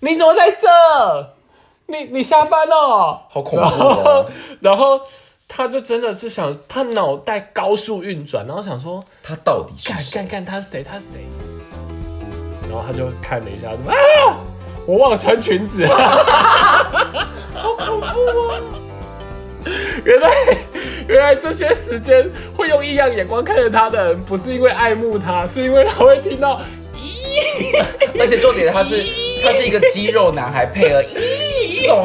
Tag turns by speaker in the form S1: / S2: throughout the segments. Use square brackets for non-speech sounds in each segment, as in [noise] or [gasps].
S1: 你怎么在这？你你下班哦？
S2: 好恐怖
S1: 然
S2: 哦
S1: 后！ [laughs] 然后他就真的是想，他脑袋高速运转，然后想说
S2: 他到底是
S1: 干
S2: 谁？
S1: 干干，他是谁？他是谁？然后他就看了一下，就啊，我忘了穿裙 [laughs] 子，好恐怖哦！原来原来这些时间会用异样眼光看着他的人，不是因为爱慕他，是因为他会听到
S2: 而且重点他是他是一个肌肉男孩配合咦 [laughs] 这种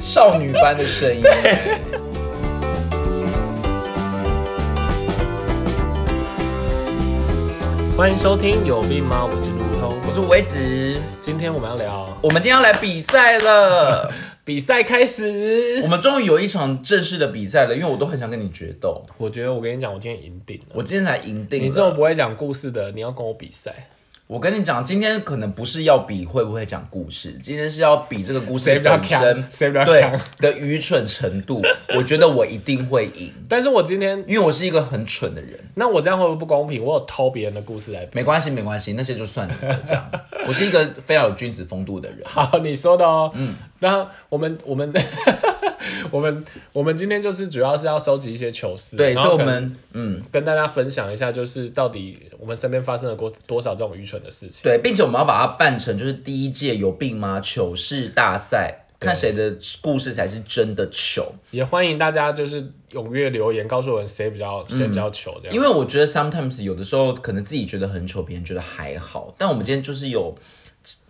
S2: 少女般的声音。
S1: 欢迎收听有病吗？我是路通，
S2: 我是维子，
S1: 今天我们要聊
S2: 我们今天要来比赛了，
S1: 比赛开
S2: 我
S1: 始。
S2: 们终于有一场正式的比赛了，因为我都很想跟你决斗。
S1: 我觉得我跟你讲，我今天赢定了。
S2: 我今天才赢定
S1: 你这种
S2: 了。
S1: 不会讲故事的，你要跟我比赛，
S2: 我跟你讲，今天可能不是要比会不会讲故事，今天是要比这个故
S1: 谁
S2: 事
S1: 比较
S2: 本
S1: 强
S2: 身
S1: 谁比较
S2: 对
S1: 强
S2: 的愚蠢程度。我觉得我一定会赢，
S1: 但是我今天
S2: 因为我是一个很蠢的人。
S1: 那我这样会不会不公平？我有偷别人的故事来编。
S2: 没关系，没关系，那些就算你的这样。我是一个非常有君子风度的人。
S1: [laughs] 好，你说的哦。嗯。然后我们我们 [laughs] 我们我们今天就是主要是要收集一些糗事，
S2: 对，
S1: 然
S2: 所以
S1: 后
S2: 我
S1: 可能
S2: 们嗯，
S1: 跟大家分享一下，就是到底我们身边发生了多多少这种愚蠢的事情。
S2: 对，并且我们要把它办成就是第一届有病吗糗事大赛，看谁的故事才是真的糗。
S1: 也欢迎大家就是踊跃留言，告诉我们谁比较谁比较糗这样。
S2: 因为我觉得 sometimes 有的时候可能自己觉得很糗，别人觉得还好，但我们今天就是有，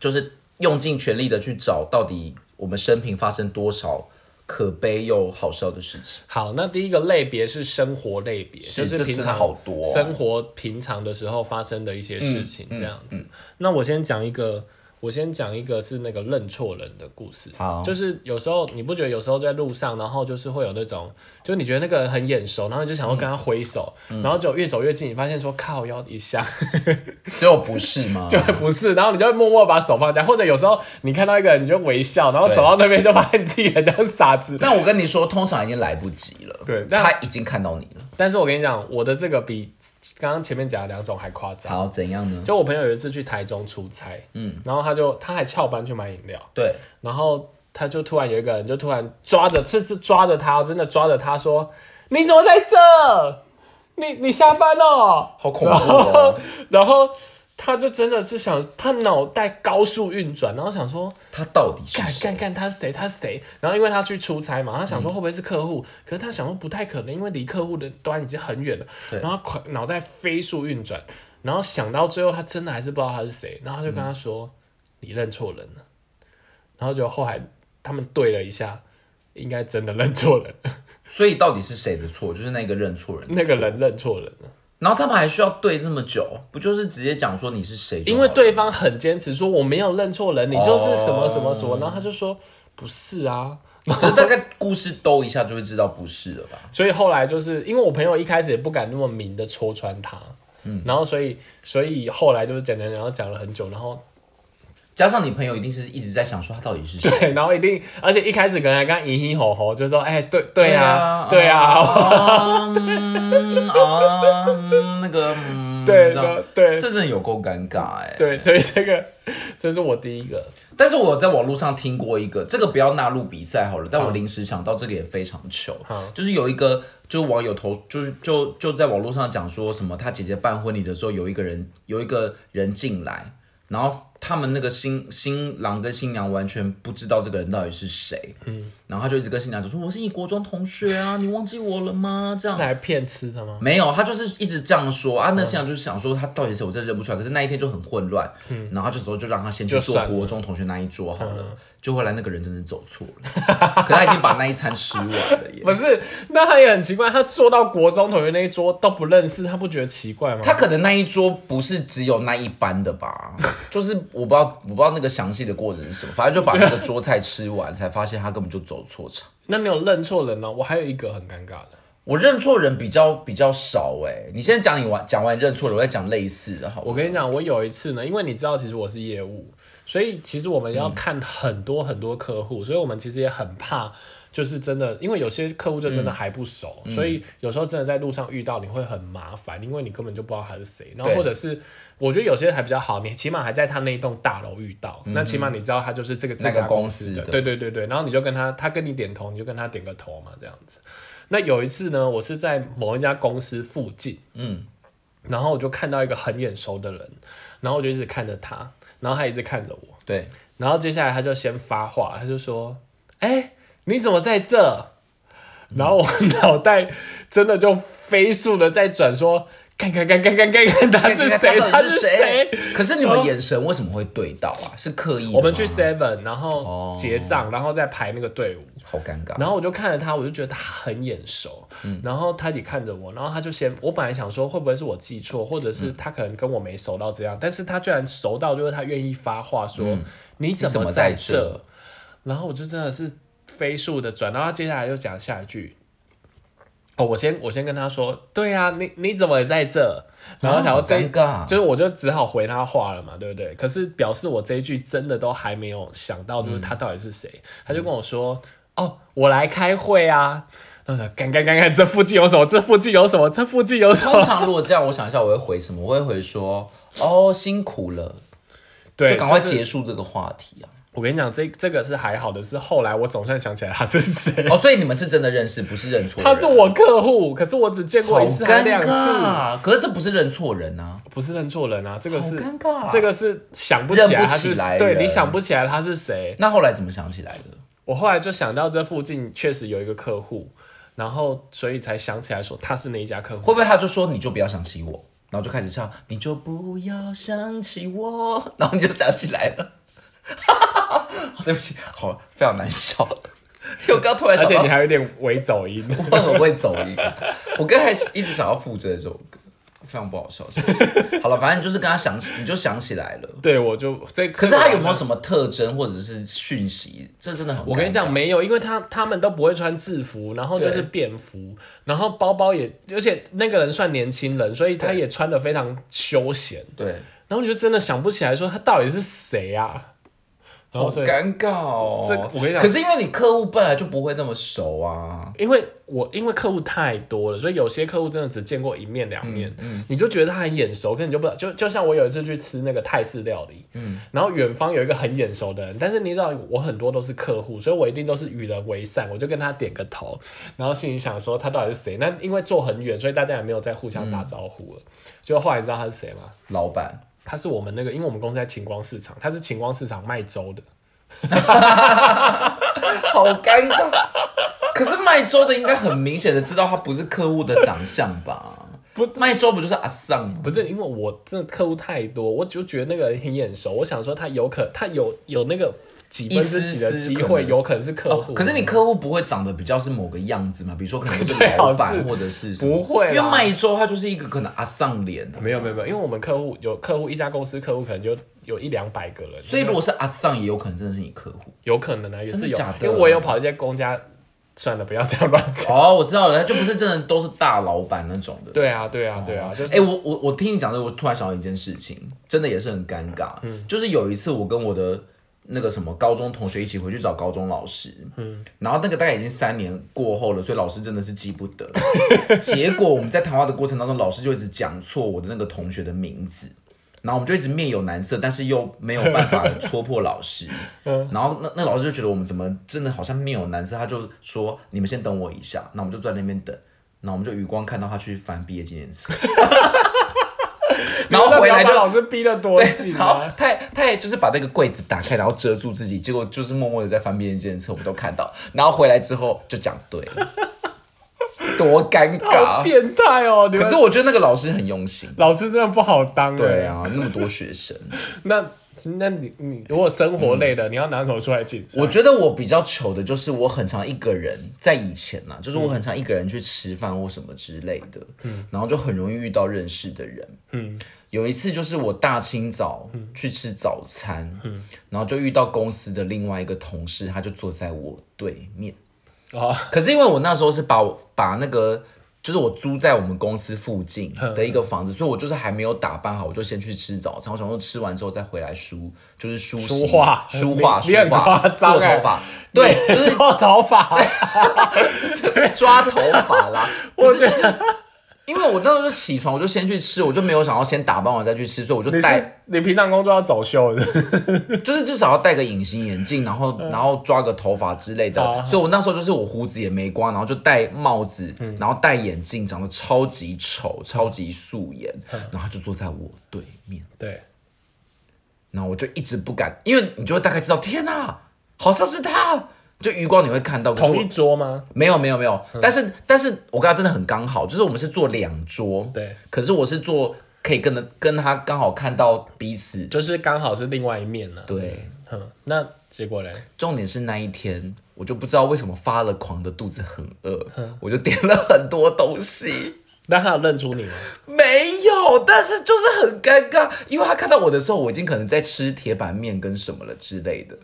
S2: 就是用尽全力的去找到底我们生平发生多少可悲又好笑的事
S1: [laughs]
S2: 情。
S1: 好，那第一个类别是生活类别，
S2: 是
S1: 就是
S2: 这
S1: 平
S2: 真的
S1: 常
S2: 好多哦
S1: 生活平常的时候发生的一些事情这样
S2: 嗯
S1: 子。那我先讲一个，我先讲一个是那个认错人的故事。
S2: 好
S1: 就是有时候你不觉得有时候在路上，然后就是会有那种，就你觉得那个人很眼熟，然后你就想要跟他挥手，
S2: 嗯
S1: 然后就越走越近，你发现说靠腰一下，
S2: 结果不是吗？
S1: 就 [laughs] 会不是，然后你就会默默把手放下，或者有时候你看到一个人你就微笑，然后
S2: 对
S1: 走到那边就发现自己很像傻子，
S2: 但我跟你说，通常已经来不及了。
S1: 对但
S2: 他已经看到你了。
S1: 但是我跟你讲，我的这个比刚刚前面讲的两种还夸张。
S2: 好，怎样呢？
S1: 就我朋友有一次去台中出差，嗯，然后他就他还翘班去买饮料，
S2: 对，
S1: 然后他就突然有一个人就突然抓着，这次抓着他，真的抓着他说：“你怎么在这？你你下班哦？”
S2: 好恐怖哦！
S1: 然后他就真的是想，他脑袋高速运转，然后想说。
S2: [laughs] 他到底是
S1: 干
S2: 谁？
S1: 干干，他是谁？他是谁？然后因为他去出差嘛，他想说会不会是客户？可是他想说不太可能，因为离客户的端已经很远了。然后快脑袋飞速运转，然后想到最后，他真的还是不知道他是谁。然后他就跟他说：“你认错人了。”然后就后来他们对了一下，应该真的认错人了，
S2: 所以到底是谁的错？就是那个认错人。
S1: 那个人认错人了，
S2: 然后他们还需要对这么久，不就是直接讲说你是谁就好
S1: 因
S2: 了？
S1: 为对方很坚持说我没有认错人，你就是什么什么什么。然后他就说不是啊，
S2: [laughs] 可是大概故事兜一下就会知道不是了吧？
S1: 所以后来就是因为我朋友一开始也不敢那么明的戳穿他，然后所以所以后来就是讲讲讲，然后讲了很久，然后
S2: 加上你朋友一定是一直在想说他到
S1: [laughs]
S2: 底是谁。
S1: 对，然后一定，而且一开始可能还跟他迎迎吼吼，就说哎、对对啊，对
S2: 对
S1: 啊，
S2: 啊，嗯啊，嗯那个，嗯
S1: 对
S2: 这样
S1: 的对
S2: 这真的有够尴尬
S1: [laughs]
S2: 哎。
S1: 对，所以这个这是我第一个，
S2: 但是我有在网络上听过一个，这个不要纳入比赛好了，但我临时想到这个也非常糗
S1: 好，
S2: 就是有一个就是网友投，就是就就在网络上讲说什么他姐姐办婚礼的时候，有一个人有一个人进来，然后他们那个新新郎跟新娘完全不知道这个人到底是谁，嗯，然后他就一直跟新娘讲说我是你国中同学啊，你忘记我了吗？这样
S1: 这。还骗吃的吗？
S2: 没有，他就是一直这样说啊。那现在就是想说他到底是我真的认不出来，可是那一天就很混乱，然后他就说就让他先去
S1: 就
S2: 坐
S1: 算了
S2: 国中同学那一桌好了。就后来那个人真的走错了，可他已经把那一餐吃完
S1: [laughs]
S2: 了耶。
S1: 不是，那他也很奇怪，他坐到国中同学那一桌都不认识，他不觉得奇怪吗？
S2: 他可能那一桌不是只有那一班的吧， [laughs] 就是我不知道，我不知道那个详细的过程是什么，反正就把那个桌菜吃完，才发现他根本就走错场。
S1: 那你有认错人呢、我还有一个很尴尬的，
S2: 我认错人比较比较少哎、你先讲你完讲完认错人，我再讲类似的好了。
S1: 我跟你讲，我有一次呢，因为你知道，其实我是业务，所以其实我们要看很多很多客户，所以我们其实也很怕就是真的，因为有些客户就真的还不熟，所以有时候真的在路上遇到你会很麻烦，因为你根本就不知道他是谁。然后
S2: 对
S1: 或者是我觉得有些还比较好，你起码还在他那一栋大楼遇到，那起码你知道他就是这个这
S2: 那个
S1: 家
S2: 公
S1: 公司
S2: 司
S1: 的，
S2: 的
S1: 对对对对。然后你就跟他，他跟你点头，你就跟他点个头嘛，这样子。那有一次呢，我是在某一家公司附近，
S2: 嗯，
S1: 然后我就看到一个很眼熟的人，然后我就一直看着他，然后他一直看着我，
S2: 对，
S1: 然后接下来他就先发话，他就说：“哎、你怎么在这？”然后我脑袋真的就飞速的在转，说：“看看看看看看看他是谁？
S2: 到
S1: 他
S2: 底
S1: 是
S2: 是哦
S1: 谁？”？
S2: 可是你们眼神为什么会对到啊？是刻意的吗？
S1: 我们去 Seven，然后结账，然后再排那个队伍。
S2: 好尴尬。
S1: 然后我就看着他，我就觉得他很眼熟，然后他也看着我，然后他就先，我本来想说会不会是我记错，或者是他可能跟我没熟到这样，但是他居然熟到就是他愿意发话说、嗯你怎
S2: 怎
S1: 么
S2: 么在
S1: 在
S2: 这
S1: 这，然后我就真的是飞速的转，然后他接下来又讲下一句。哦，我先我先跟他说，对啊，你你怎么也在这？然后想要
S2: 好
S1: 这
S2: 尴尬，
S1: 就是我就只好回他话了嘛，对不对？可是表示我这一句真的都还没有想到，
S2: 嗯
S1: 就是他到底是谁，他就跟我说：“哦，我来开会啊。”那个干干干干，这附近有什么？这附近有什么？这附近有什么？
S2: [laughs] 通常如果这样，我想一下，我会回什么？我会回说哦，辛苦了，
S1: 对，
S2: 就赶快
S1: 是
S2: 结束这个话题啊。
S1: 我跟你讲，这这个是还好的，是后来我总算想起来他是谁。
S2: 哦，所以你们是真的认识，不是认错人。
S1: 他是我客户，可是我只见过
S2: 好
S1: 一次还
S2: 尴
S1: 两次，
S2: 尬，可是这不是认错人啊，
S1: 不是认错人啊，这个
S2: 好
S1: 是
S2: 尴尬。
S1: 这个是想不起来
S2: 认不
S1: 他
S2: 起
S1: 是
S2: 来
S1: 对
S2: 人
S1: 你想不起来他是谁，
S2: 那后来怎么想起来的？
S1: 我后来就想到这附近确实有一个客户，然后所以才想起来说他是那一家客户。
S2: 会不会他就说你就不要想起我，然后就开始唱你就不要想起我， [laughs] 然后你就想起来了。 [laughs] 对不起，好，非常难笑，因为我刚突然
S1: 而
S2: 想
S1: 且
S2: 到
S1: 你，还有点微走
S2: [laughs]
S1: 音，
S2: 我很会走音，我刚才一直想要复制这首歌，非常不好笑。是不是好了，反正就是跟他想起，你就想起来了。
S1: 对我就这。
S2: 可是他有没有
S1: 么？
S2: 什么特征或者是讯息？这真的很，
S1: 我跟你，讲，没有，因为他他们都不会穿制服，然后就是
S2: 对
S1: 便服，然后包包也，而且那个人算年轻人，所以他也穿的非常休闲，
S2: 对，
S1: 然后你就真的想不起来说他到底是谁啊。然
S2: 好
S1: 后所以，
S2: 尴尬哦。
S1: 这我跟你讲
S2: 可是因为你客户本来就不会那么熟啊。
S1: 因为我因为客户太多了，所以有些客户真的只见过一面两面，你就觉得他很眼熟，可你就不知道。就就像我有一次去吃那个泰式料理，嗯然后远方有一个很眼熟的人，但是你知道我很多都是客户，所以我一定都是与人为善，我就跟他点个头，然后心里想说他到底是谁？那因为坐很远，所以大家也没有再互相打招呼了。就后来你知道他是谁吗？
S2: 老板，
S1: 他是我们那个，因为我们公司在晴光市场，他是晴光市场卖粥的。
S2: 好尴尬。可是卖粥的应该很明显的知道他不是客户的长相吧？
S1: [laughs] 不，
S2: 卖粥不就是阿桑吗？
S1: 不是因为我真的客户太多，我就觉得那个人很眼熟，我想说他有可他有有那个几分之几的机
S2: 一丝丝可
S1: 会，
S2: 能
S1: 有可能是客户。
S2: 哦
S1: 啊
S2: 可是你客户不会长得比较是某个样子嘛？比如说可能就是
S1: [laughs] 最好
S2: 老
S1: 是
S2: 板或者是什么
S1: 不会啦
S2: 因为卖粥他就是一个可能阿桑脸、啊，
S1: 没有没有没有，因为我们客户有客户一家公司客户可能就有一两百个人，
S2: 所以如果是阿桑也有可能真的是你客户。
S1: 有可能呢也是
S2: 真
S1: 有
S2: 的假，的
S1: 因为我有跑一些公家，算了，不要这样乱讲。
S2: 哦，我知道了，他就不是真的都是大老板那种的。
S1: 对啊对啊对啊，就是
S2: 哎、我我我听你讲的，我突然想到一件事情，真的也是很尴尬。
S1: 嗯
S2: 就是有一次我跟我的那个什么高中同学一起回去找高中老师，嗯，然后那个大概已经三年过后了，所以老师真的是记
S1: [laughs]
S2: 不得。结果我们在谈话的过程当中，老师就一直讲错我的那个同学的名字。然后我们就一直面有难色，但是又没有办法戳破老师。然后那那老师就觉得我们怎么真的好像面有难色，他就说：“你们先等我一下。”那我们就坐在那边等。然后我们就余光看到他去翻毕业纪念册，然后回来
S1: 你知道
S2: 就
S1: 把老师逼得多紧
S2: 然后
S1: 啊！
S2: 他也他也就是把那个柜子打开，然后遮住自己，结果就是默默的在翻别人检测，我们都看到。然后回来之后就讲对了，多尴
S1: 好
S2: 尬。
S1: 变态哦！你
S2: 可
S1: 们
S2: 是我觉得那个老师很用心。
S1: 老师真的不好当
S2: 对
S1: 哎。
S2: 啊，那么多学生，
S1: 那那你你如果生活类的，你要拿什么出来竞争？
S2: 嗯我觉得我比较糗的就是我很常一个人，在以前呐、就是我很常一个人去吃饭或什么之类的，然后就很容易遇到认识的人，有一次就是我大清早去吃早餐，然后就遇到公司的另外一个同事，他就坐在我对面。
S1: 哦
S2: 可是因为我那时候是把我把那个就是我租在我们公司附近的一个房子，所以我就是还没有打扮好，我就先去吃早餐。我想说吃完之后再回来梳，就是梳
S1: 梳
S2: 洗
S1: 化
S2: 梳化、
S1: [laughs] 你
S2: 梳
S1: 你很
S2: 化、
S1: 夸张
S2: 做
S1: 欸
S2: 头发。对，就是
S1: 抓头发，
S2: 抓头
S1: [laughs]
S2: 发啦。我觉得，因为我那时候起床，我就先去吃，我就没有想要先打扮完再去吃，所以我就
S1: 你
S2: 戴
S1: 是你平常工作要走秀的，
S2: 就是至少要戴个隐形眼镜，然后然后抓个头发之类的
S1: 嗯好啊。
S2: 所以我那时候就是我胡子也没刮，然后就戴帽子，
S1: 嗯
S2: 然后戴眼镜，长得超级丑，超级素颜。
S1: 嗯
S2: 然后他就坐在我对面，
S1: [laughs] 对，
S2: 然后我就一直不敢，因为你就会大概知道，天哪、好像是他。就余光你会看到，可是我
S1: 同一嗯桌吗？
S2: 没有没有没有，但是但是我跟他真的很刚好，就是我们是坐两桌，
S1: 对，
S2: 可是我是坐可以跟的跟他刚好看到彼此，
S1: 就是刚好是另外一面呢、
S2: 对，
S1: 嗯，那结果嘞？
S2: 重点是那一天，我就不知道为什么发了狂的肚子很饿，我就点了很多东西。 [laughs]
S1: 那他有认出你吗？
S2: 没有，但是就是很尴尬，因为他看到我的时候，我已经可能在吃铁板面跟什么了之类的。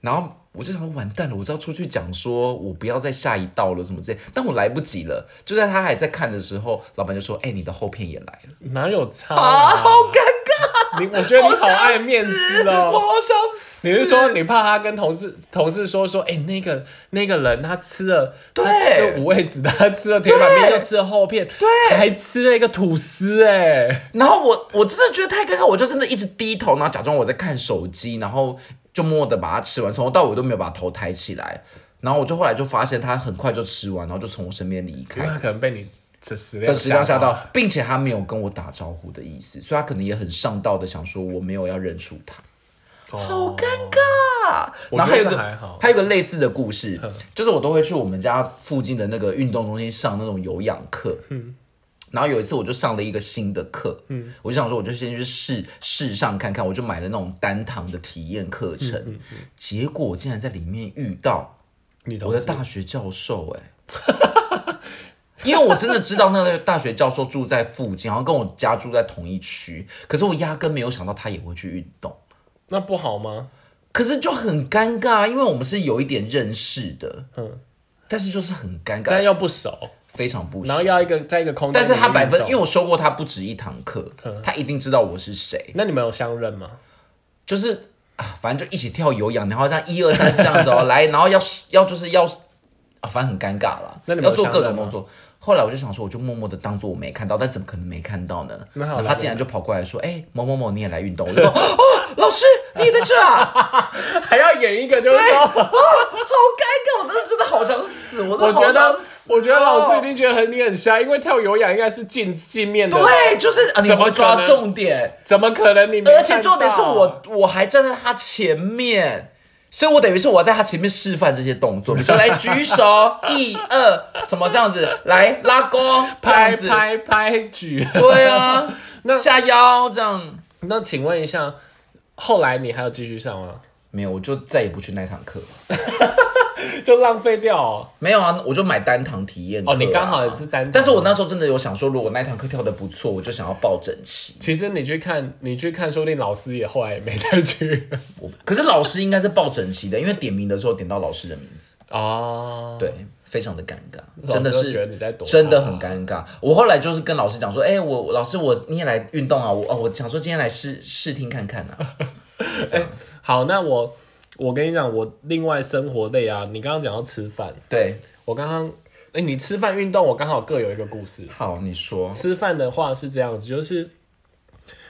S2: 然后我就想说完蛋了，我是要出去讲说我不要再下一道了什么之类，但我来不及了。就在他还在看的时候，老板就说：“哎、你的后片也来了。
S1: 哪有差、
S2: 啊”
S1: 啊
S2: 好尴尬，
S1: 你我觉得你好爱面子
S2: 我
S1: 哦。
S2: 好想死。
S1: 你是说你怕他跟同事同事说说，哎、那个那个人他吃了，
S2: 对
S1: 他吃了五味子，他吃了铁板面，又吃了厚片，对，还吃了一个吐司、哎，
S2: 然后我我真的觉得太尴尬，我就真的一直低头，然后假装我在看手机，然后就默默的把它吃完，从头到尾都没有把头抬起来。然后我就后来就发现他很快就吃完，然后就从我身边离
S1: 因为
S2: 开。
S1: 他可能被你这食
S2: 的
S1: 量
S2: 食量啊吓
S1: 到，
S2: 到，并且他没有跟我打招呼的意思，所以他可能也很上道的想说我没有要认出他，好
S1: 哦
S2: 尴尬。啊
S1: 我
S2: 然后还有一
S1: 觉得
S2: 个
S1: 这还好嗯
S2: 还有一个类似的故事，就是我都会去我们家附近的那个运动中心上那种有氧课，
S1: 嗯
S2: 然后有一次我就上了一个新的课，我就想说我就先去试试上看看，我就买了那种单堂的体验课程，
S1: 嗯
S2: 结果我竟然在里面遇到
S1: 你
S2: 我
S1: 同
S2: 的
S1: 事
S2: 大学教授
S1: [laughs]
S2: 哎、因为我真的知道那个大学教授住在附近，然后跟我家住在同一区，可是我压根没有想到他也会去运动，
S1: 那不好吗？
S2: 可是就很尴尬，因为我们是有一点认识的，
S1: 嗯
S2: 嗯，但是就是很尴
S1: 但
S2: 尬，
S1: 又不熟，
S2: 非常不
S1: 然后
S2: 熟。
S1: 要一个在一个空间，
S2: 但是他百分，因为
S1: 为
S2: 我修过他不止一堂课，
S1: 嗯
S2: 他一定知道我是谁，
S1: 那你们有相认吗？
S2: 就是啊，反正就一起跳有氧，然后这样一二三四这样子哦，来， [laughs] 然后要要就是要，啊，反正很尴尬啦，
S1: 那你们
S2: 要
S1: 有
S2: 做各
S1: 相认
S2: 种
S1: 吗
S2: 动作。后来我就想说，我就默默的当做我没看到，但怎么可能没看到呢？
S1: 那
S2: 然
S1: 好
S2: 后
S1: 了
S2: 他竟然就跑过来说：“哎、某某某，你也来运动？”我就说：“哦，老师，你也在这啊！”
S1: [laughs] 还要演一个就是说，
S2: 好尴尬，我当时真的好想死，我
S1: 我
S2: 真的
S1: 觉
S2: 好想
S1: 得
S2: 死。啊哦
S1: 我觉得老师一定觉得很你很瞎，因为跳有氧应该是近近面的，
S2: 对，就是啊，你
S1: 怎么
S2: 会抓
S1: 可能
S2: 重点。
S1: 怎么可能你没看到？
S2: 而且重点是我我还站在他前面，所以我等于是我在他前面示范这些动作，比如说来举手，
S1: [laughs]
S2: 一二，什么这样子，来拉弓，这
S1: 拍
S2: 样子，
S1: 拍拍举。
S2: 对啊，
S1: 那
S2: 下腰这样。
S1: [laughs] 那请问一下，后来你还有继续上
S2: [laughs]
S1: 吗？
S2: 没有，我就再也不去那堂课。
S1: 就浪费掉哦。
S2: 没有啊，我就买单堂体验课啊、
S1: 哦你刚好也是单堂
S2: 但是我那时候真的有想说，如果那一堂课跳的不错，我就想要报整齐。
S1: 其实你去看，你去看，说不定老师也后来也没再
S2: [laughs]
S1: 去。
S2: 我可是老师应该是报整齐的，因为点名的时候点到老师的名字。
S1: 哦，
S2: 对，非常的尴尬，
S1: 老师
S2: 真的
S1: 都
S2: 是
S1: 觉得你在躲
S2: 真的
S1: 他
S2: 很尴尬。我后来就是跟老师讲说，哎、我老师我你也来运动啊，我哦我想说今天来试试听看看啊，
S1: [laughs] 哎、好，那我我跟你讲，我另外生活类啊，你刚刚讲到吃饭，
S2: 对，
S1: 我刚刚哎，你吃饭运动，我刚好各有一个故事。
S2: 好你说，
S1: 吃饭的话是这样子，就是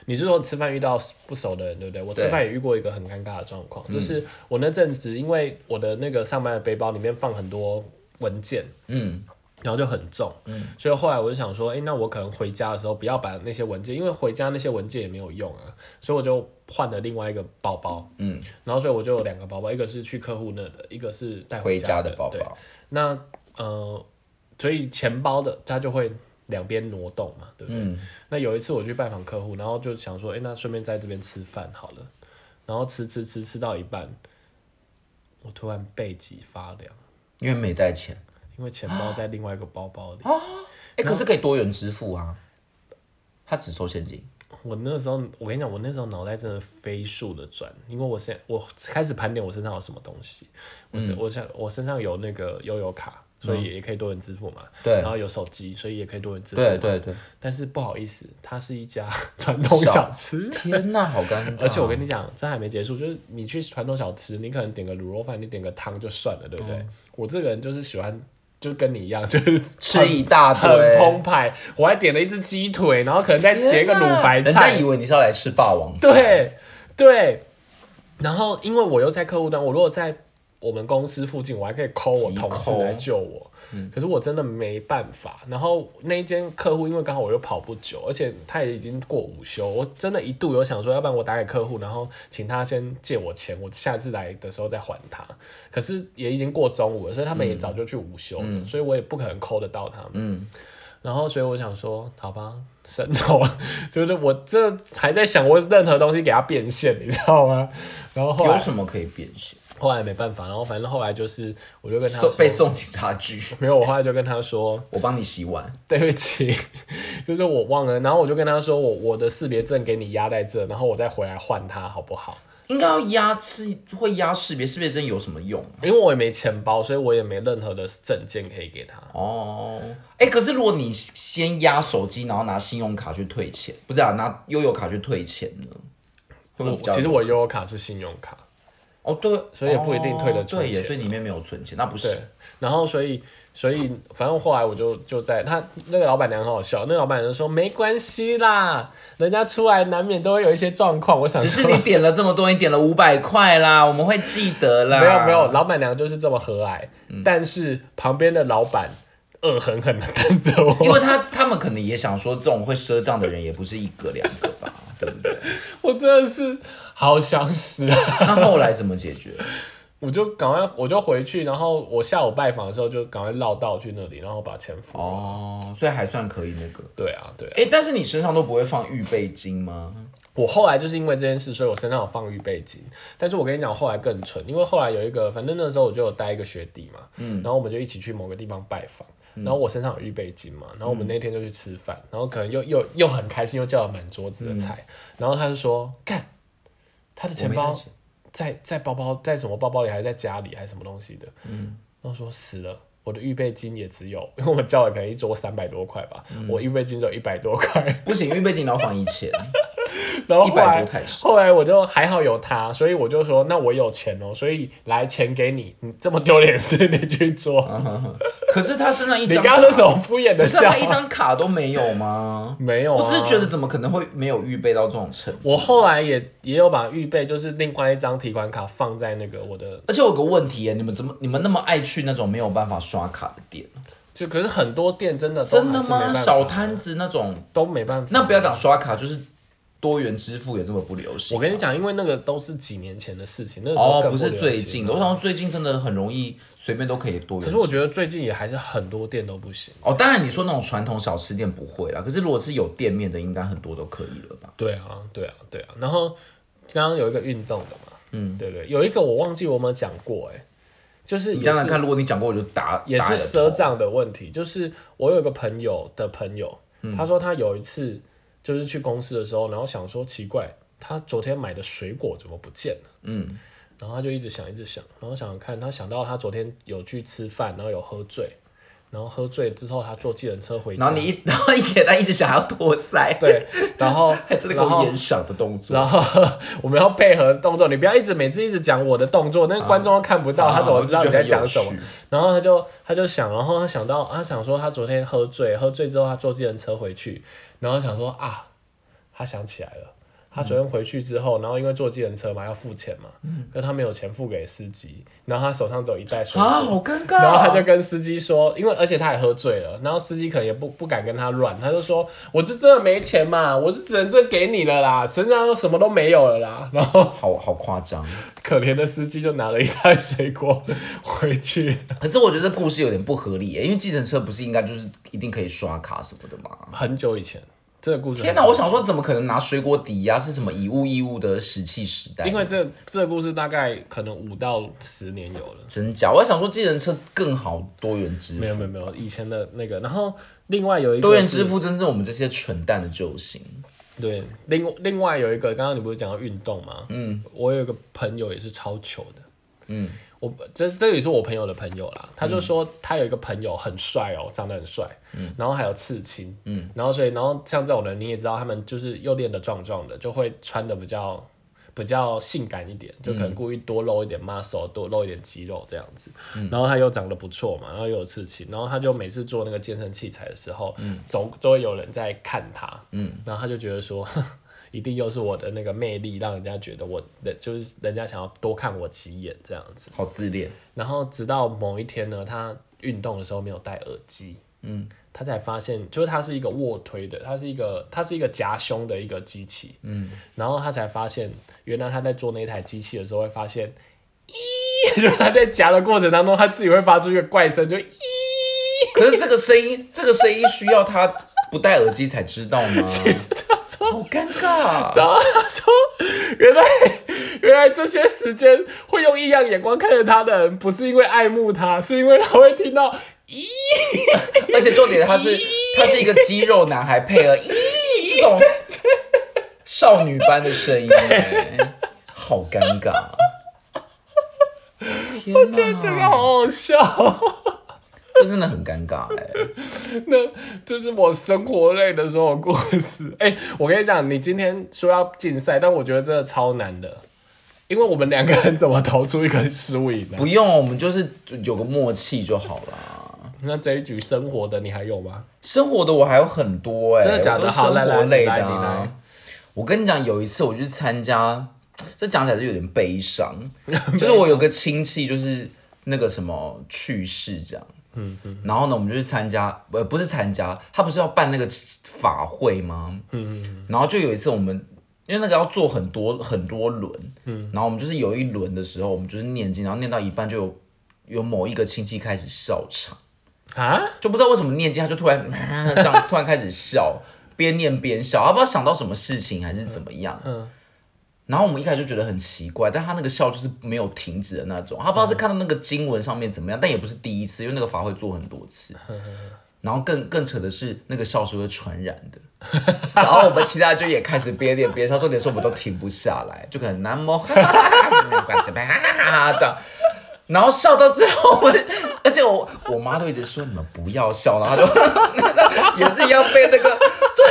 S1: 你是说吃饭遇到不熟的人，对不对？我吃
S2: 对嗯
S1: 饭也遇过一个很尴尬的状况，就是我那阵子因为我的那个上班的背包里面放很多文件，
S2: 嗯，
S1: 然后就很重，所以后来我就想说，哎、那我可能回家的时候不要把那些文件，因为回家那些文件也没有用啊，所以我就换了另外一个包包，嗯，然后所以我就有两个包包，一个是去客户那的，一个是带
S2: 回
S1: 家
S2: 家的宝
S1: 对
S2: 宝，
S1: 那呃，所以钱包的它就会两边挪动嘛，对不对？
S2: 嗯
S1: 那有一次我去拜访客户，然后就想说，哎、那顺便在这边吃饭好了。然后吃吃吃吃到一半，我突然背脊发凉，
S2: 因为没带钱，
S1: 因为钱包在另外一个包包里。
S2: 哎、可是可以多元支付啊，他只收现金，
S1: 我那时候，我跟你讲，我那时候脑袋真的飞速的转，因为我
S2: 嗯
S1: 现我开始盘点我身上有什么东西。我是、我想我身上有那个悠游卡，所以也可以多人支付嘛。
S2: 对
S1: 然后有手机，所以也可以多人支付。
S2: 对。对对，
S1: 但是不好意思，它是一家 [laughs] 传统小吃。
S2: 天哪，好尴尬。
S1: 而且我跟你讲，这还没结束，就是你去传统小吃，你可能点个卤肉饭，你点个汤就算了，对不对？
S2: 嗯
S1: 我这个人就是喜欢，就跟你一样， [laughs] 就是
S2: 吃一大
S1: 很
S2: 堆，
S1: 澎湃。我还点了一只鸡腿，然后可能再点一个卤白
S2: 人家
S1: 菜
S2: 以，为你是要来吃霸王餐，
S1: 对对。然后因为我又在客户端，我如果在我们公司附近，我还可以 call 我
S2: 急
S1: 同事
S2: call
S1: 来救我。可是我真的没办法。然后那一间客户，因为刚好我又跑不久，而且他也已经过午休，我真的一度有想说，要不然我打给客户，然后请他先借我钱，我下次来的时候再还他。可是也已经过中午了，所以他们也早就去午休了，所以我也不可能 call 得到他们。然后，所以我想说，好吧，神头， [laughs] 就是我这还在想，我任何东西给它变现，你知道吗？然后后
S2: 有
S1: 来
S2: 什么可以变现？
S1: 后来没办法，然后反正后来就是，我就跟他
S2: 送被
S1: 说，
S2: 送警察局，
S1: 没有，我后来就跟他说，
S2: [laughs] 我帮你洗碗。
S1: 对不起， [laughs] 就是我忘了，然后我就跟他说，我我的识别证给你压在这，然后我再回来换它，好不好？
S2: 应该要压是会压识别，识别真有什么用啊、
S1: 因为我也没钱包，所以我也没任何的证件可以给他。
S2: 哦，哎、可是如果你先压手机，然后拿信用卡去退钱，不是啊，拿悠游卡去退钱呢？会不会
S1: 我
S2: 比较
S1: 其实我悠游卡是信用卡，
S2: 哦对，
S1: 所以也不一定退得
S2: 哦
S1: 出
S2: 对耶，
S1: 钱
S2: 所以里面没有存钱，那不
S1: 对
S2: 是，
S1: 然后所以所以反正后来我就就在他那个老板娘很好笑，那个老板娘就说没关系啦，人家出来难免都会有一些状况。我想 [laughs]
S2: 只是
S1: 说
S2: 你点了这么多，你点了五百块啦，我们会记得啦。
S1: 没有没有，，老板娘就是这么和蔼，
S2: 嗯
S1: 但是旁边的老板恶狠狠的瞪着
S2: 因
S1: 我，
S2: 为他他们可能也想说，这种会赊账的人也不是一个两个吧，对不对？
S1: 我真的是好想死啊！
S2: 那后来怎么解决？
S1: 我就赶快我就回去，然后我下午拜访的时候就赶快绕道去那里，然后把钱付。
S2: 哦，所以还算可以那个。
S1: 对啊，对啊
S2: 哎、但是你身上都不会放预备金吗？
S1: 我后来就是因为这件事，所以我身上有放预备金。但是我跟你讲，后来更蠢，因为后来有一个，反正那时候我就有带一个学弟嘛，
S2: 嗯
S1: 然后我们就一起去某个地方拜访，然后我身上有预备金嘛，然后我
S2: 嗯
S1: 们那天就去吃饭，然后可能又又又很开心，又叫了满桌子的菜，然后他就说干，他的钱
S2: 嗯我没
S1: 包
S2: 带钱
S1: 在在包包在什么包包里，还是在家里，还是什么东西的，
S2: 嗯
S1: 然后说死了。我的预备金也只有，因为我们叫了可能一桌三百多块吧，
S2: 嗯
S1: 我预备金只有一百多块，
S2: 不行，预备金你要放一千。 [laughs]
S1: 然后后
S2: 100
S1: 来
S2: 多太少
S1: 后来我就还好有他，所以我就说那我有钱哦，所以来钱给你，你这么丢脸的事你去
S2: 啊
S1: 做，
S2: 可是他身上一
S1: 你
S2: 张，
S1: 刚刚那什么敷衍的
S2: 不是啊
S1: 笑
S2: 他一
S1: 话？
S2: 张卡都没有吗？
S1: 没有、啊，
S2: 我只是觉得怎么可能会没有预备到这种程度？
S1: 我后来也也有把预备就是另外一张提款卡放在那个我的，
S2: 而且我有个问题耶，你们怎么你们那么爱去那种没有办法刷卡的店？
S1: 就可是很多店真的都
S2: 真的
S1: 还是没
S2: 吗？
S1: 办法
S2: 小摊子那种，
S1: 都没办法。
S2: 那不要讲刷卡，就是多元支付也这么不流
S1: 我
S2: 行。
S1: 跟你讲，因为那个都是几年前的事情，那个时候
S2: 哦，
S1: 更
S2: 不是
S1: 流
S2: 最
S1: 行
S2: 近
S1: 了
S2: 的，我想说最近真的很容易随便都可以多
S1: 可
S2: 元支
S1: 是
S2: 付。
S1: 我觉得最近也还是很多店都不行。
S2: 哦，当然你说那种传统小吃店不会啦，可是如果是有店面的，应该很多都可以了吧？
S1: 对啊，对啊，对啊。然后刚刚有一个运动的嘛，嗯，对对，有一个我忘记我有没有讲过、欸，就是
S2: 你
S1: 也
S2: 想想
S1: 是
S2: 看，如果你讲过，我就打
S1: 也是
S2: 打你的
S1: 赊
S2: 头
S1: 账的问题，就是我有一个朋友的朋友，
S2: 嗯
S1: 他说他有一次就是去公司的时候，然后想说奇怪，他昨天买的水果怎么不见了？
S2: 嗯，
S1: 然后他就一直想，一直想，然后想想看，他想到他昨天有去吃饭，然后有喝醉，然后喝醉之后他坐计程车回家，
S2: 然后你一，然 [laughs] 后一眼他一直想要脱腮，，
S1: 对，然后
S2: [laughs] 还真的给
S1: 然
S2: 我
S1: 后
S2: 演赏的动作，
S1: 然后我们要配合动作，你不要一直每次一直讲我的动作，那观众都看不到，
S2: 啊
S1: 他怎么知道你在讲什
S2: 我
S1: 么
S2: 就觉得很有趣？
S1: 然后他就他就想，然后他想到，他想说他昨天喝醉，喝醉之后他坐计程车回去，然后想说啊，他想起来了。他昨天回去之后，然后因为坐计程车嘛，要付钱嘛，可是他没有钱付给司机，然后他手上只有一袋水果
S2: 啊，好尴尬、
S1: 然后他就跟司机说，因为而且他也喝醉了，然后司机可能也不不敢跟他乱，他就说我这真的没钱嘛，我就只能这给你了啦，身上什么都没有了啦。 [laughs] 然后
S2: 好好夸张。
S1: 可怜的司机就拿了一袋水果回去，
S2: 可是我觉得故事有点不合理耶，因为计程车不是应该就是一定可以刷卡什么的吗？
S1: 很久以前这个故事。
S2: 天哪，我想说怎么可能拿水果抵押、是什么以物易物的石器时代？
S1: 因为这这个故事大概可能五到十年有了。
S2: 真假，我还想说计程车更好多元支
S1: 没有
S2: 付，
S1: 没有没有，以前的那个，然后另外有一个
S2: 多元
S1: 是
S2: 支付真是我们这些蠢蛋的救星。
S1: 对，另另外有一个，刚刚你不是讲到运动吗？嗯，我有一个朋友也是超糗的，嗯，我这这里是我朋友的朋友啦，他就说他有一个朋友很帅哦，长得很帅，嗯，然后还有刺青，嗯，然后所以然后像这种人你也知道，他们就是又练得壮壮的，就会穿的比较比较性感一点，就可能故意多露一点 muscle，多露一点肌肉这样子。然后他又长得不错嘛，然后又有刺青，然后他就每次做那个健身器材的时候，总都会有人在看他，嗯，然后他就觉得说。 [laughs] 一定又是我的那个魅力，让人家觉得我的就是人家想要多看我几眼这样子。
S2: 好自恋，
S1: 然后直到某一天呢，他运动的时候没有戴耳机，嗯，他才发现，就是它是一个卧推的，它是一个它是一个夹胸的一个机器，嗯，然后他才发现，原来他在做那台机器的时候会发现， [laughs] 咦，就是他在夹的过程当中，他自己会发出一个怪声，就 [laughs] 咦，
S2: 可是这个声音， [laughs] 这个声音需要他不戴耳机才知道吗？好尴
S1: [laughs]
S2: 尬，
S1: 然后他说，原来原来这些时间会用异样眼光看着他的人，不是因为爱慕他，是因为他会听到咦。
S2: 而且重点他是他是一个肌肉男孩配合咦这种少女般的声音、哎，好尴尬。天哪，
S1: 这个好好笑哦，
S2: 这真的很尴尬哎、
S1: [laughs] 那就是我生活类的所有故事。哎、我跟你讲，你今天说要竞赛，但我觉得真的超难的，因为我们两个人怎么投出一个输赢呢？
S2: 不用，我们就是有个默契就好啦。
S1: 那这一局生活的你还有吗？
S2: 生活的我还有很多哎、
S1: 真的假的
S2: 我都
S1: 好来
S2: 生
S1: 来
S2: 活类的、
S1: 你来你来
S2: 啊。我跟你讲，有一次我去参加，这讲起来就有点悲伤，
S1: [laughs]
S2: 就是我有个亲戚就是那个什么去世这样。嗯然后呢，我们就去参加，呃，不是参加，他不是要办那个法会吗？嗯然后就有一次我们，因为那个要做很多很多轮，嗯，然后我们就是有一轮的时候，我们就是念经，然后念到一半就有有某一个亲戚开始笑场。
S1: 啊？
S2: 就不知道为什么念经，他就突然 [laughs] 这样突然开始笑，边念边笑，他不知道想到什么事情还是怎么样。然后我们一开始就觉得很奇怪，但他那个笑就是没有停止的那种，他不知道是看到那个经文上面怎么样，但也不是第一次，因为那个法会做很多次。然后更更扯的是，那个笑是会传染的。 [laughs] 然后我们其他人就也开始憋脸憋笑，重点是我们都停不下来，就可能南无 [laughs] 哈哈哈哈，管怎么样哈哈哈这样。然后笑到最后，我而且我我妈都一直说你们不要笑，然后她就 [laughs] 也是一样被那个，最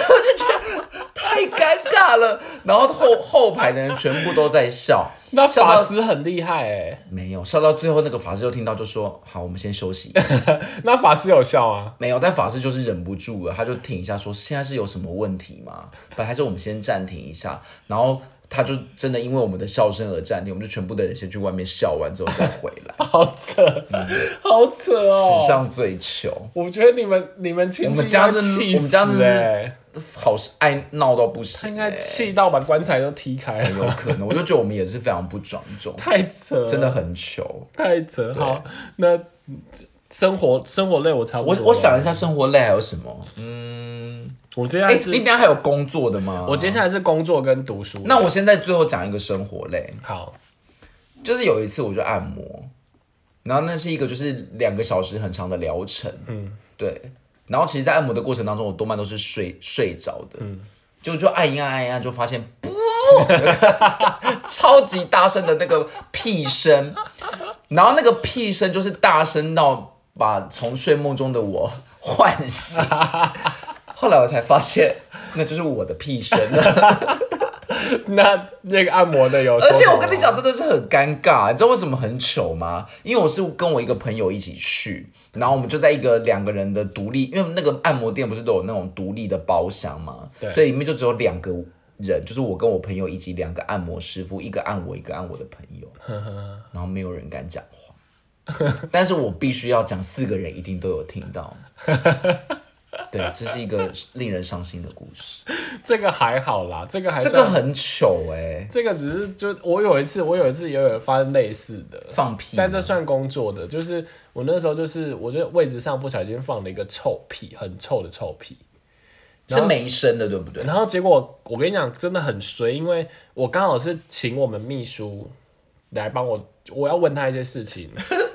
S2: 后就 [laughs] 觉得太尴尬了。然后后后排的人全部都在笑，
S1: 那
S2: 笑
S1: 法
S2: 到
S1: 师很厉害哎、
S2: 没有笑到最后，那个法师就听到就说：“好，我们先休息一下。”
S1: 那法师有笑啊？
S2: 没有，但法师就是忍不住了，他就停一下说：“现在是有什么问题吗？”本来是我们先暂停一下，然后他就真的因为我们的笑声而暂停，我们就全部的人先去外面笑完之后再回来，
S1: [laughs] 好扯，
S2: 嗯
S1: 好扯哦！
S2: 史上最糗，
S1: 我觉得你们你们亲戚
S2: 我们家
S1: 应该
S2: 是
S1: 气
S2: 我们家
S1: 死
S2: 是
S1: 欸
S2: 好爱闹到不行、欸
S1: 他应该气到把棺材都踢开了，
S2: 有可能，我就觉得我们也是非常不庄重，
S1: 太扯了，
S2: 真的很糗。
S1: 太扯。好，那生活生活类我差不多
S2: 我
S1: 了
S2: 我想一下，生活类还有什么？嗯，
S1: 我接下
S2: 哎、
S1: 来
S2: 你
S1: 是，
S2: 等一下还有工作的吗？
S1: 我接下来是工作跟读书。
S2: 那我现在最后讲一个生活类，
S1: 好，
S2: 就是有一次我就按摩，然后那是一个就是两个小时很长的疗程，嗯，对。然后其实，在按摩的过程当中，我多半都是睡睡着的，嗯，就就按一按按一按，就发现不，哦 [laughs] 超级大声的那个屁声，然后那个屁声就是大声到把从睡梦中的我唤醒。后来我才发现，那就是我的屁声了。
S1: 那那个按摩的有，
S2: 而且我跟你，讲，真的是很尴尬，你知道为什么很糗吗？因为我是跟我一个朋友一起去，然后我们就在一个两个人的独立，因为那个按摩店不是都有那种独立的包厢嘛，所以里面就只有两个人，就是我跟我朋友以及两个按摩师傅，一个按我，一个按我的朋
S1: [laughs]
S2: 友，然后没有人敢讲话，但是我必须要讲，四个人一定都有听到。
S1: [laughs]
S2: 对，这是一个令人伤心的故事，
S1: 这个还好啦，这个还
S2: 这
S1: 算
S2: 个很糗哎、
S1: 这个只是就我有一次，我有一次也有发生类似的，
S2: 放屁吗！
S1: 但这算工作的，就是我那时候就是我觉得位置上不小心放了一个臭屁，很臭的臭屁。
S2: 是没声的，对不对？
S1: 然后结果我跟你讲，真的很衰，因为我刚好是请我们秘书来帮我，我要问他一些事情，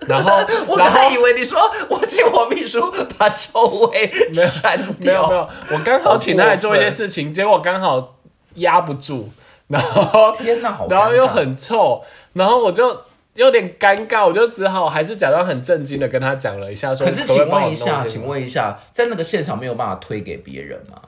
S1: 然后
S2: [laughs] 我
S1: 然后
S2: 还以为你说我请我秘书把臭味删
S1: 没
S2: [laughs]
S1: 有没
S2: 掉，
S1: 有，我刚好请他来做一些事情，结果刚好压不住，然后
S2: 天哪，好尴尬
S1: 然后又很臭，然后我就有点尴尬，我就只好还是假装很震惊的跟他讲了一下说
S2: 可是，
S1: 不帮
S2: 请
S1: 我
S2: 问一
S1: 弄
S2: 下，
S1: 这个
S2: 请问一下，在那个现场没有办法推给别人吗？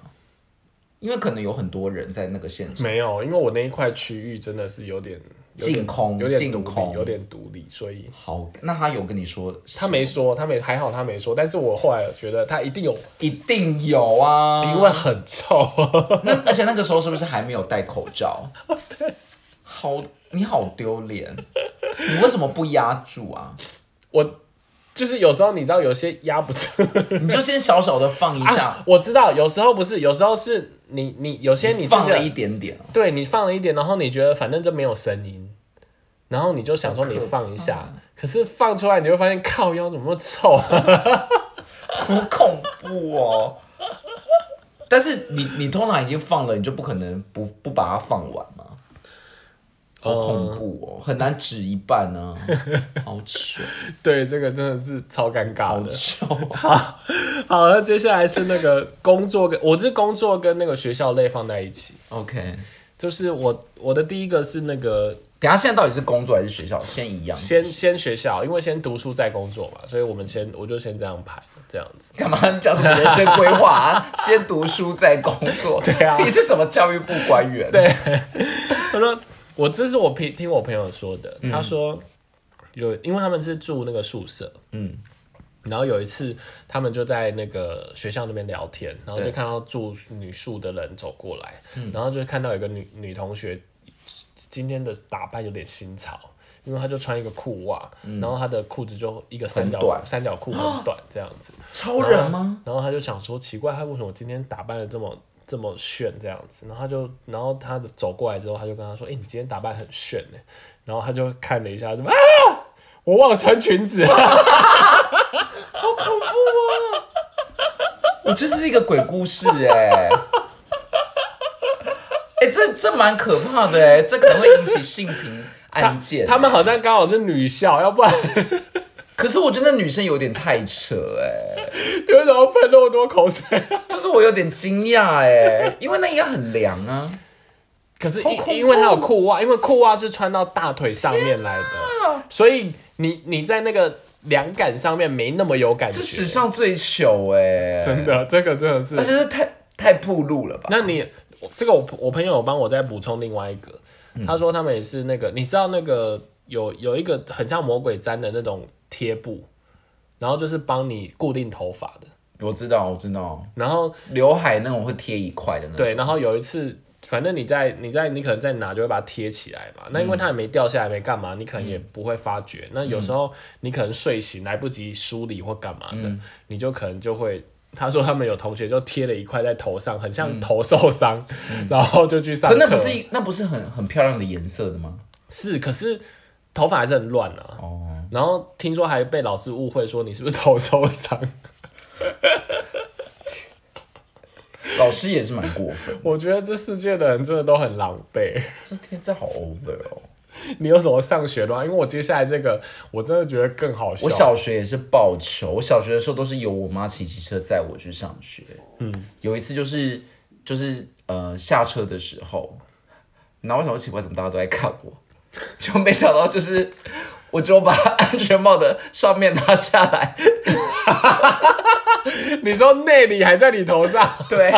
S2: 因为可能有很多人在那个现场，
S1: 没有，因为我那一块区域真的是有点嗯有点
S2: 净空
S1: 有点
S2: 净
S1: 独立，
S2: 空
S1: 有点独立，所以
S2: 好，那他有跟你说是
S1: 他没说，他没还好他没说，但是我后来觉得他一定有，
S2: 一定有啊，
S1: 因为很臭， [laughs]
S2: 那而且那个时候是不是还没有戴口罩？
S1: 哦
S2: 对，好，你好丢脸，你为什么不压住啊？
S1: 我就是有时候你知道有些压
S2: [laughs]
S1: 不住。
S2: 你就先小小的放一下，
S1: 啊， [laughs] 我知道，有时候不是，有时候是你你有些你
S2: 放
S1: 就觉
S2: 了
S1: 得
S2: 一点点哦。
S1: 对你放了一点，然后你觉得反正就没有声音，然后你就想说你放一下，可是放出来你会发现靠腰怎么那么臭、啊？
S2: 好恐怖哦！但是你你通常已经放了，你就不可能不不把它放完嘛。好恐怖哦，很难指一半 [laughs] 呢、好糗，
S1: 对，这个真的是超尴尬
S2: 好
S1: 的。
S2: 糗。
S1: 好，那接下来是那个工作跟我是工作跟那个学校类放在一起，
S2: OK，
S1: 就是我我的第一个是那个
S2: 等一下现在到底是工作还是学校？先一样，
S1: 先先学校，因为先读书再工作嘛，所以我们先我就先这样排这样子。
S2: 干嘛讲什么人生规划、啊？ [laughs] 先读书再工作？对
S1: 啊
S2: 你是什么教育部官员？对，
S1: 他说，我这是我朋听我朋友说的，
S2: 嗯
S1: 他说有，因为他们是住那个宿舍，嗯，然后有一次他们就在那个学校那边聊天，然后就
S2: 对嗯
S1: 看到住女宿的人走过来，然后就看到有个女女同学今天的打扮有点新潮。因为她就穿一个裤袜，然后她的裤子就一个三角
S2: 嗯很短
S1: 三角裤
S2: [gasps]
S1: 很短这样子，
S2: 超人吗？
S1: 然后他就想说，奇怪，他为什么今天打扮的这么这么炫这样子？然后他就，然后他的走过来之后，他就跟他说：“哎、你今天打扮很炫呢。”然后他就看了一下，就啊，我忘了穿裙子。
S2: 啊 [laughs] 我觉得这是一个鬼故事哎、 [laughs] 哎、这这蛮可怕的哎、这可能会引起性平案件。
S1: 他们好像刚好是女校，要不然 [laughs]
S2: 可是我觉得那女生有点太扯哎、
S1: 你为什么喷那么多口水？
S2: 就是我有点惊讶哎，因为那应该很凉啊。
S1: 可是
S2: 恐怖
S1: 因因为他有裤袜，因为裤袜是穿到大腿上面来的，所以你你在那个凉感上面没那么有感觉
S2: 这。史上最糗哎、
S1: 真的，这个真的是
S2: 而且是太太暴露了吧？
S1: 那你我这个我我朋友有帮我再补充另外一个，
S2: 嗯
S1: 他说他们也是那个，你知道那个有有一个很像魔鬼粘的那种贴布，然后就是帮你固定头发的，
S2: 我知道，我知道，
S1: 然后
S2: 刘海那种会贴一块的那种。
S1: 对，然后有一次。反正你在你在你可能在哪就会把它贴起来嘛，那
S2: 嗯
S1: 因为它也没掉下来没干嘛，你可能也不会发觉。那有时候你可能睡醒来不及梳理或干嘛的，
S2: 嗯
S1: 你就可能就会。他说他们有同学就贴了一块在头上，很像头受伤，然后就去上
S2: 嗯可
S1: 课。
S2: 那不是那不是很很漂亮的颜色的吗？
S1: 是，可是头发还是很乱啊。
S2: 哦，
S1: 然后听说还被老师误会说你是不是头受伤，。
S2: 老师也是蛮过分
S1: 我觉得这世界的人真的都很狼狈。 [laughs]
S2: 这天这好 over 哦。
S1: 你有什么上学的吗？因为我接下来这个我真的觉得更好笑。
S2: 我小学也是爆球，我小学的时候都是由我妈骑机车载我去上学。嗯，有一次就是就是呃下车的时候，然后我想说奇怪，怎么大家都在看我？ [laughs] 就没想到就是我只有把安全帽的上面拿下
S1: [laughs]
S2: 来，
S1: 你说内里还在你头上， [laughs]
S2: 对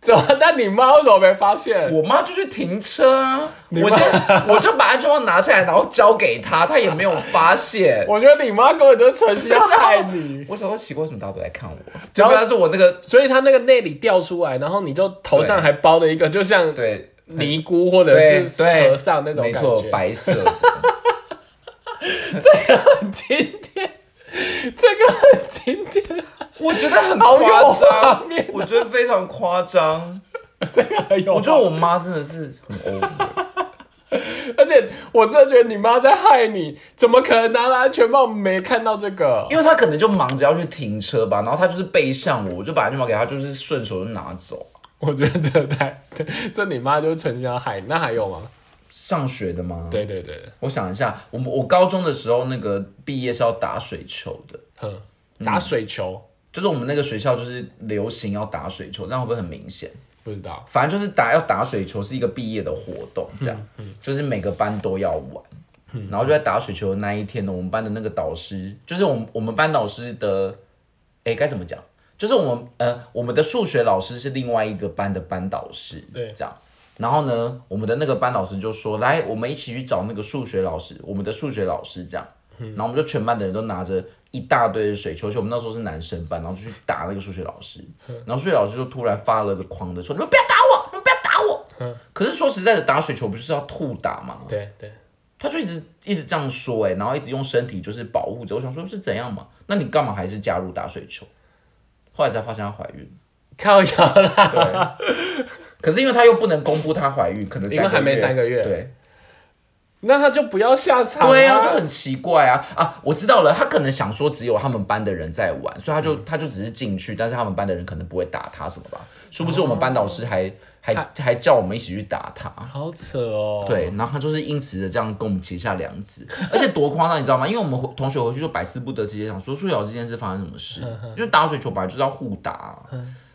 S1: 怎么？那你妈为什么没发现？
S2: 我妈就去停车啊，我先我就把安全帽拿下来，然后交给她，她也没有发现。
S1: 我觉得你妈根本就是存心要害
S2: [laughs]。
S1: 你
S2: 我想说奇怪，为什么大家都在看我？就原来是我那个
S1: 所以她那个内里掉出来，然后你就头上
S2: 对
S1: 还包了一个，就像
S2: 对
S1: 尼姑或者
S2: 对
S1: 是
S2: 对
S1: 和尚那种
S2: 没
S1: 感
S2: 错
S1: 觉，。
S2: 白色
S1: [laughs]
S2: 的。
S1: 今天 [laughs] 这个很经典，
S2: 我觉得很
S1: 好有
S2: 夸
S1: 画
S2: 张
S1: 面啊，
S2: 我觉得非常夸张。
S1: 这个很 [laughs] 有。
S2: 我觉得我妈真的是很 over，
S1: 而且我真的觉得你妈在害你，怎么可能拿了安全帽没看到这个？
S2: 因为她可能就忙着要去停车吧，然后她就是背向我，我就把安全帽给她，就是顺手就拿走。
S1: 我觉得这太， [laughs] 这你妈就是纯想害你。那还有吗？
S2: 上学的吗？，
S1: 对对对，
S2: 我想一下，我我高中的时候那个毕业是要打水球的，
S1: 哼，嗯打水球、
S2: 就是我们那个学校就是流行要打水球，这样会不会很明显？
S1: 不知道，嗯
S2: 反正就是打要打水球是一个毕业的活动，这样，就是每个班都要玩。然后就在打水球的那一天呢，我们班的那个导师，就是我们我们班导师的，哎，该怎么讲？就是我们呃，我们的数学老师是另外一个班的班导师，
S1: 对
S2: 这样。然后呢，我们的那个班老师就说：“来，我们一起去找那个数学老师，我们的数学老师这样。”然后我们就全班的人都拿着一大堆的水球球，我们那时候是男生班，然后就去打那个数学老师。然后数学老师就突然发了个狂的说：“你们不要打我，你们不要打我！”可是说实在的，打水球不就是要吐打吗？
S1: 对对，
S2: 他就一直一直这样说、欸，哎，然后一直用身体就是保护着。我想说是怎样嘛？那你干嘛还是加入打水球？后来才发现她怀孕，
S1: 靠摇啦， [laughs]
S2: 可是因为她又不能公布她怀孕，可能
S1: 因为还没三个月
S2: 对
S1: 那他就不要下场、
S2: 对啊，就很奇怪啊啊！我知道了，她可能想说只有他们班的人在玩，所以她
S1: 嗯
S2: 就她就只是进去，但是他们班的人可能不会打她什么吧？殊
S1: 哦
S2: 不知我们班导师还还还叫我们一起去打她。
S1: 好扯哦。，
S2: 对，然后他就是因此的这样跟我们结下梁子， [laughs] 而且多夸张，你知道吗？因为我们回同学回去就百思不得其解，想说素瑶这件事发生什么事，因为打水球本来就是要互打啊、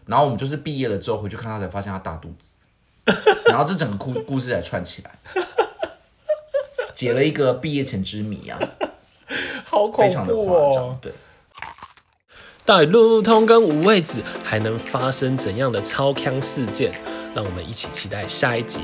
S2: 然后我们就是毕业了之后回去看他，才发现他大肚子，然后这整个故故事才串起来，解了一个毕业前之谜啊，
S1: 好恐
S2: 非常的
S1: 怖
S2: 夸张，
S1: 哦。
S2: 对。
S1: 到底路路通跟无位子还能发生怎样的超康事件？让我们一起期待下一集。